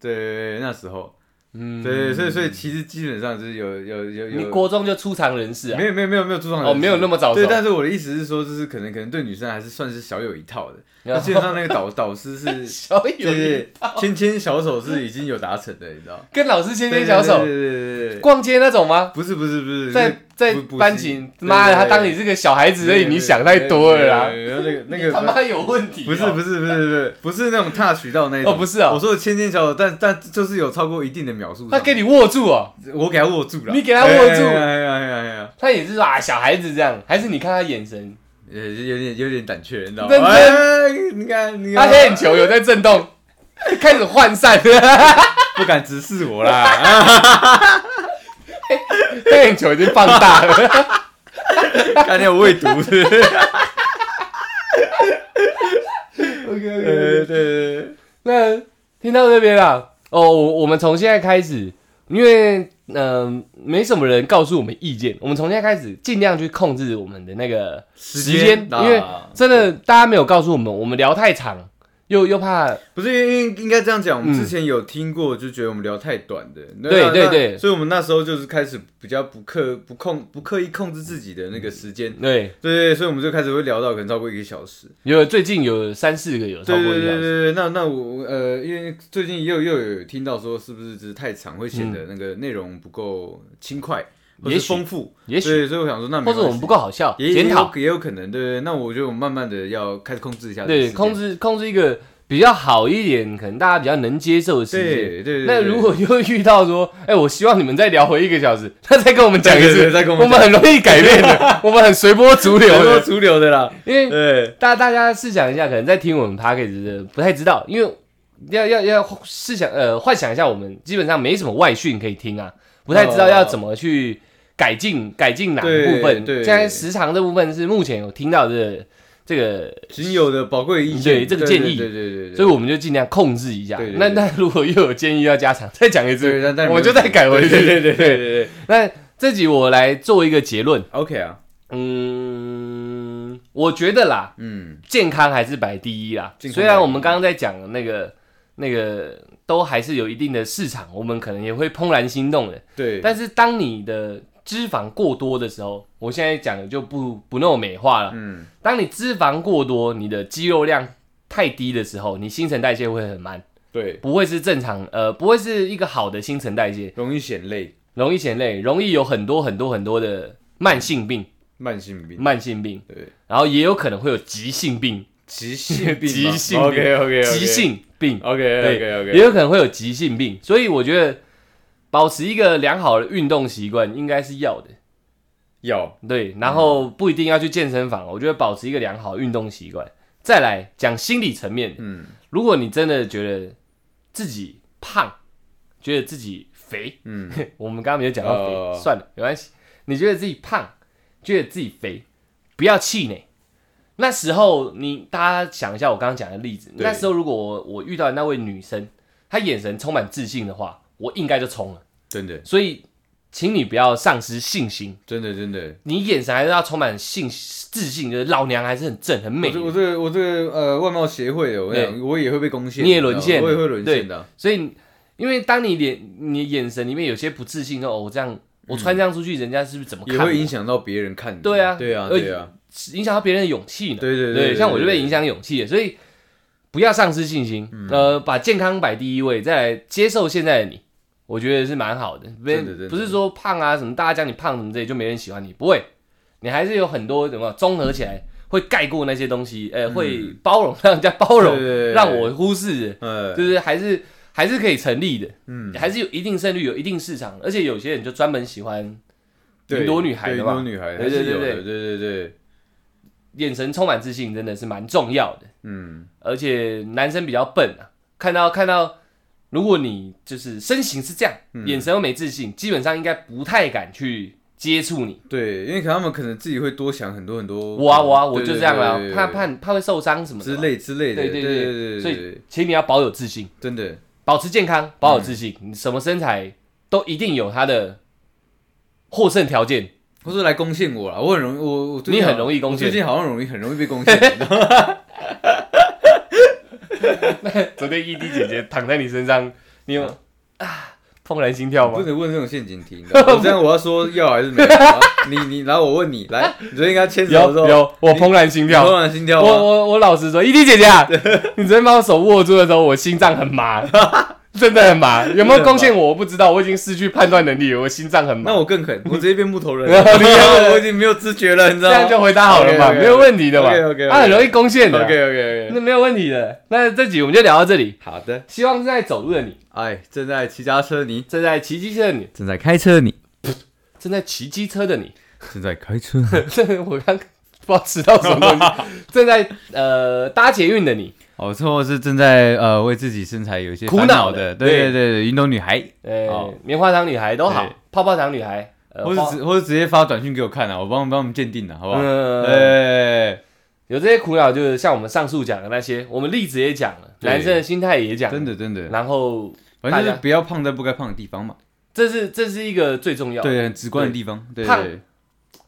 S2: 对对对，那时候，
S1: 嗯，
S2: 对对，所以所以其实基本上就是有有有
S1: 你
S2: 有，
S1: 国中就出场人士啊
S2: 没？有没有没有没有注重
S1: 哦，没有那么早熟
S2: 对，，但是我的意思是说，就是可能可能对女生还是算是小有一套的。那
S1: 然后
S2: 基本上那个导导师是，
S1: 小
S2: 对
S1: 有
S2: 对，牵牵小手是已经有达成的，你知道？
S1: 跟老师牵牵小手
S2: 对对对对对对，
S1: 逛街那种吗？
S2: 不是不是不是，
S1: 在在
S2: 不不是
S1: 班级，
S2: 对
S1: 妈的，
S2: 对
S1: 他
S2: 对
S1: 当你是个小孩子而已，你想太多了啦。
S2: 然后那个那
S1: 你
S2: 个
S1: 他妈有问题哦！
S2: 不是不是不是不是不是那种踏取到那一种
S1: 哦，不是啊
S2: 我，说的牵牵小手，但但就是有超过一定的秒数上，
S1: 他给你握住哦，
S2: 我给他握住了，
S1: 你给他握住
S2: 哎呀哎呀哎呀哎呀，
S1: 他也是说啊，小孩子这样，还是你看他眼神，
S2: 呃，有点有点胆怯，你知道吗？
S1: 认真
S2: 哎，你看你
S1: 他
S2: 看，
S1: 黑眼球有在震动， 开始涣散，
S2: 不敢直视我啦，啊
S1: 黑眼球已经放大了。
S2: 看见我未读是不是？
S1: OK
S2: 对对对对，对
S1: 那听到这边啦，哦，我我们从现在开始，因为嗯、呃没什么人告诉我们意见，我们从现在开始尽量去控制我们的那个时间，
S2: 啊
S1: 因为真的大家没有告诉我们，我们聊太长，又又怕
S2: 不是因为因为应该这样讲，我们
S1: 嗯
S2: 之前有听过，就觉得我们聊太短的，那
S1: 对对
S2: 那
S1: 对
S2: 所以我们那时候就是开始比较不刻不控不刻意控制自己的那个时间，
S1: 对，
S2: 对对，对所以我们就开始会聊到可能超过一个小时，
S1: 有最近有三四个有超
S2: 对
S1: 过
S2: 对
S1: 一
S2: 对
S1: 个小
S2: 对
S1: 时，
S2: 对，那那我呃，因为最近又又有听到说，是不是就是太长会显得那个内容不够轻快，或
S1: 也
S2: 是
S1: 许
S2: 丰富，
S1: 也许
S2: 对，所以我想说那没
S1: 或
S2: 关
S1: 者
S2: 系
S1: 我们不够好笑，
S2: 也
S1: 检讨，
S2: 也有也有可能，对对对，那我觉得我们慢慢的要开始控制一下这个时
S1: 对，
S2: 间，
S1: 控制控制一个比较好一点，可能大家比较能接受的时间。
S2: 对对对，对
S1: 那如果又遇到说，哎、我希望你们再聊回一个小时，那再跟我们讲一
S2: 对对
S1: 次，
S2: 对再跟我
S1: 我
S2: 们
S1: 们很容易改变 的，我们很随波逐流
S2: 对很多
S1: 的。
S2: 主流 的啦，
S1: 因为
S2: 对，
S1: 大大家试想一下，可能在听我们 p a c k a g 的不太知道，因为要要要试想呃幻想一下，我们基本上没什么外训可以听啊，不太知
S2: 哦
S1: 道要怎么去改进改进哪个部分。
S2: 对对
S1: 现在时长这部分是目前有听到的这个，
S2: 仅有的宝贵意见，
S1: 对这个建议
S2: 对对对对
S1: 所
S2: 对，
S1: 以我们就尽量控制一下。
S2: 对对
S1: 那
S2: 对
S1: 那如果又有建议要加长，再讲一次
S2: 对，但但
S1: 我就再改回去。
S2: 对对对对 对对
S1: 那这集我来做一个结论，
S2: ，OK 啊，
S1: 嗯，我觉得啦，
S2: 嗯，
S1: 健康还是摆第一啦。
S2: 健康
S1: 虽然我们刚刚在讲的那个那个都还是有一定的市场，我们可能也会怦然心动的。
S2: 对，
S1: 但是当你的脂肪过多的时候，我现在讲的就不不那么美化了。
S2: 嗯，
S1: 当你脂肪过多，你的肌肉量太低的时候，你新陈代谢会很慢，
S2: 对，
S1: 不会是正常，呃，不会是一个好的新陈代谢，
S2: 容易显累，
S1: 容易显累，容易有很多很多很多的慢性病。
S2: 慢性病，
S1: 慢性病，
S2: 对。
S1: 然后也有可能会有急性病、
S2: 急性病 吗，
S1: 急性病
S2: OK OK，
S1: 急性病，
S2: OK OK
S1: 也
S2: OK，
S1: 有可能会有急性病。所以我觉得保持一个良好的运动习惯应该是要的，
S2: 要
S1: 对。然后不一定要去健身房，我觉得保持一个良好的运动习惯。再来讲心理层面，
S2: 嗯
S1: 如果你真的觉得自己胖，觉得自己肥，
S2: 嗯，
S1: 我们刚刚没有讲到肥，
S2: 哦
S1: 算了，没关系。你觉得自己胖，觉得自己肥，不要气馁。那时候你大家想一下我刚刚讲的例子，
S2: 对
S1: 那时候如果我我遇到那位女生，她眼神充满自信的话，我应该就冲了。
S2: 真的
S1: 所以，请你不要丧失信心，
S2: 真的真的，
S1: 你眼神还是要充满信自信，就是老娘还是很正很
S2: 我
S1: 美
S2: 这。我这个我这个呃外貌协会的，我跟你讲我也会被攻陷，
S1: 你也沦陷
S2: 知道吗我也会沦陷的，
S1: 所以，因为当你脸你眼神里面有些不自信，说哦，我这样我穿这样出去，人家是不是怎么看
S2: 也
S1: 我？
S2: 会影响到别人看你，
S1: 对啊
S2: 对啊
S1: 而
S2: 对啊，
S1: 影响到别人的勇气呢？
S2: 对对
S1: 对，
S2: 对，
S1: 像我就被影响勇气了，所以不要丧失信心，呃，把健康摆第一位，再来接受现在的你，我觉得是蛮好的。不
S2: 真的真的
S1: 不是说胖啊什么，大家讲你胖什么之类就没人喜欢你，不会，你还是有很多什么综合起来会盖过那些东西，呃，会包容让人家包
S2: 对
S1: 容，
S2: 对对
S1: 让我忽视的，
S2: 呃
S1: 就是还是还是可以成立的，
S2: 嗯，
S1: 还是有一定胜率，有一定市场，而且有些人就专门喜欢
S2: 对
S1: 云朵女孩
S2: 对
S1: 的
S2: 云
S1: 嘛
S2: 朵女孩，
S1: 对对
S2: 还是有
S1: 对
S2: 的对对对，
S1: 眼神充满自信，真的是蛮重要的。
S2: 嗯，
S1: 而且男生比较笨啊，看到看到，如果你就是身形是这样，
S2: 嗯
S1: 眼神又没自信，基本上应该不太敢去接触你。
S2: 对，因为可能他们可能自己会多想很多很多，嗯
S1: 我啊我啊，我
S2: 对
S1: 就这样啦，
S2: 对对对
S1: 怕
S2: 对
S1: 怕怕会受伤什么的
S2: 之
S1: 嘛。
S2: 类之类的，
S1: 对
S2: 对
S1: 对
S2: 对
S1: 对，
S2: 对
S1: 所
S2: 对
S1: 以，请你要保有自信，
S2: 真的
S1: 保持健康，保有
S2: 嗯
S1: 自信，你什么身材都一定有它的获胜条件。
S2: 或是来攻陷我啦，我很容易，我我最近
S1: 你很
S2: 好
S1: 容易攻陷
S2: 我最近好像容易很容易被攻陷，你知道吗
S1: 昨天 ED 姐姐躺在你身上，你
S2: 嗯
S1: 有啊怦然心跳
S2: 不
S1: 吗？
S2: 能问这种陷阱题，你知 道吗我这样我要说要还是没有？然后你你然后我问你，来，你昨天跟他牵手的
S1: 有
S2: 时候，
S1: 有，我
S2: 你
S1: 怦然心
S2: 你哦
S1: 跳。
S2: 怦然心跳
S1: 我
S2: 吗？
S1: 我我老实说，ED 姐姐 啊，你昨天把我手握住的时候，我心脏很麻， 真的很麻。有没有贡献我，我不知道，我已经失去判断能力了，我心脏很麻
S2: 那。我更狠，我直接变木头人
S1: 然后
S2: 了，
S1: 你
S2: 你看 我已经没有知觉了，你知道
S1: 这
S2: 吗？
S1: 样就回答好了嘛，
S2: OK，OK，OK
S1: 没有问题的嘛。
S2: OK，OK，OK
S1: 他很容易攻陷的
S2: OK
S1: 啊，
S2: OK OK，
S1: 那没有问题的。那这集我们就聊到这里，
S2: 好的。
S1: 希望正在走路的你，
S2: 哎，正在骑家车的你，
S1: 正在骑机车的你，
S2: 正在开车的你，
S1: 正在骑机车的你，
S2: 正在开车，
S1: 这 我刚不知道吃到什么东西，正在呃搭捷运的你，
S2: 哦，最后是正在呃为自己身材有一些
S1: 苦
S2: 烦
S1: 恼
S2: 恼
S1: 的
S2: 的，对
S1: 对
S2: 对对对，运动女孩，
S1: 呃
S2: 哦
S1: 棉花糖女孩都好
S2: 对，
S1: 泡泡糖女孩，呃
S2: 或
S1: 花
S2: 者直或者直接发短信给我看啊，我帮帮我们鉴定啊，好不好？
S1: 嗯
S2: 哎，
S1: 有这些苦恼，就是像我们上述讲的那些，我们例子也讲了，
S2: 对
S1: 男生的心态也讲了，
S2: 真的真的，
S1: 然后
S2: 反正
S1: 大
S2: 就
S1: 家
S2: 是不要胖在不该胖的地方嘛，
S1: 这是这是一个最重要的。
S2: 对，很直观的地方，对
S1: 啊胖
S2: 对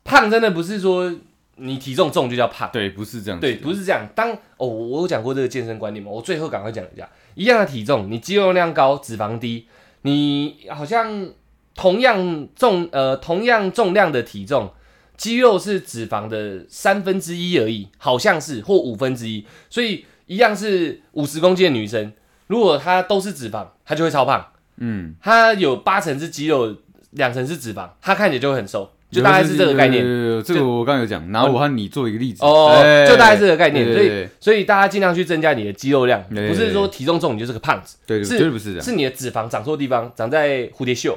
S1: 胖真的不是说你体重重就叫胖，
S2: 对，不是这样子
S1: 对，
S2: 的，
S1: 不是这样。当哦，我有讲过这个健身观念嘛，我最后赶快讲一下。一样的体重，你肌肉量高，脂肪低，你好像同样重呃同样重量的体重，肌肉是脂肪的三分之一而已，好像是或五分之一。所以一样是五十公斤的女生，如果她都是脂肪，她就会超胖。
S2: 嗯，
S1: 她有八成是肌肉，两成是脂肪，她看起来就会很瘦，就大概是这个概念
S2: 对。。对对对这个我刚刚有讲，拿我和你做一个例子，
S1: 哦
S2: 哎，
S1: 就大概是这个概念，
S2: 对
S1: 所
S2: 对
S1: 以所以大家尽量去增加你的肌肉量，
S2: 对对
S1: 不
S2: 对
S1: 是说体重重你就是个胖子，
S2: 对对，
S1: 是
S2: 绝对不是这样，
S1: 是你的脂肪长错地方，长在蝴蝶袖、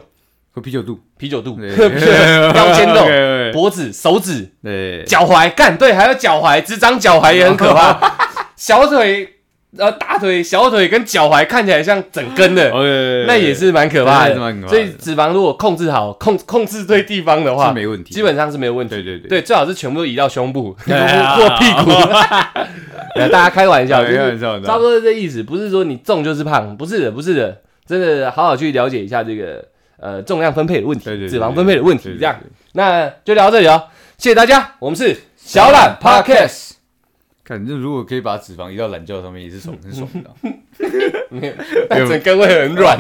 S2: 和啤 酒肚，
S1: 啤酒肚、
S2: 对
S1: 啤酒肚腰间肉、
S2: 对
S1: 脖子、手指、
S2: 对，
S1: 脚踝，干对，还有脚踝，只长脚踝也很可怕， 小腿、呃大腿、小腿跟脚踝看起来像整根的。
S2: OK，
S1: 那也是蛮可怕
S2: 哦对对对蛮可
S1: 的，
S2: 怕的
S1: 所以脂肪如果控制好、控控制对地方的话
S2: 是，没问题，
S1: 基本上是没有问题。
S2: 对对对
S1: 对，最好是全部都移到胸 部
S2: 对啊
S1: 或屁股。
S2: 哎
S1: 呃 大家开玩笑，就
S2: 对哎开
S1: 是
S2: 玩笑的
S1: 差不多是这意思，不是说你重就是胖，不是的，不是的，真的好好去了解一下这个呃重量分配的问题，
S2: 对对对
S1: 脂肪分配的问题
S2: 对，对对
S1: 这样。那就聊到这里哦，谢谢大家，我们是小懒 Podcast，
S2: 看，那如果可以把脂肪移到懒觉上面，也是爽，很爽的。
S1: 但整根会很软，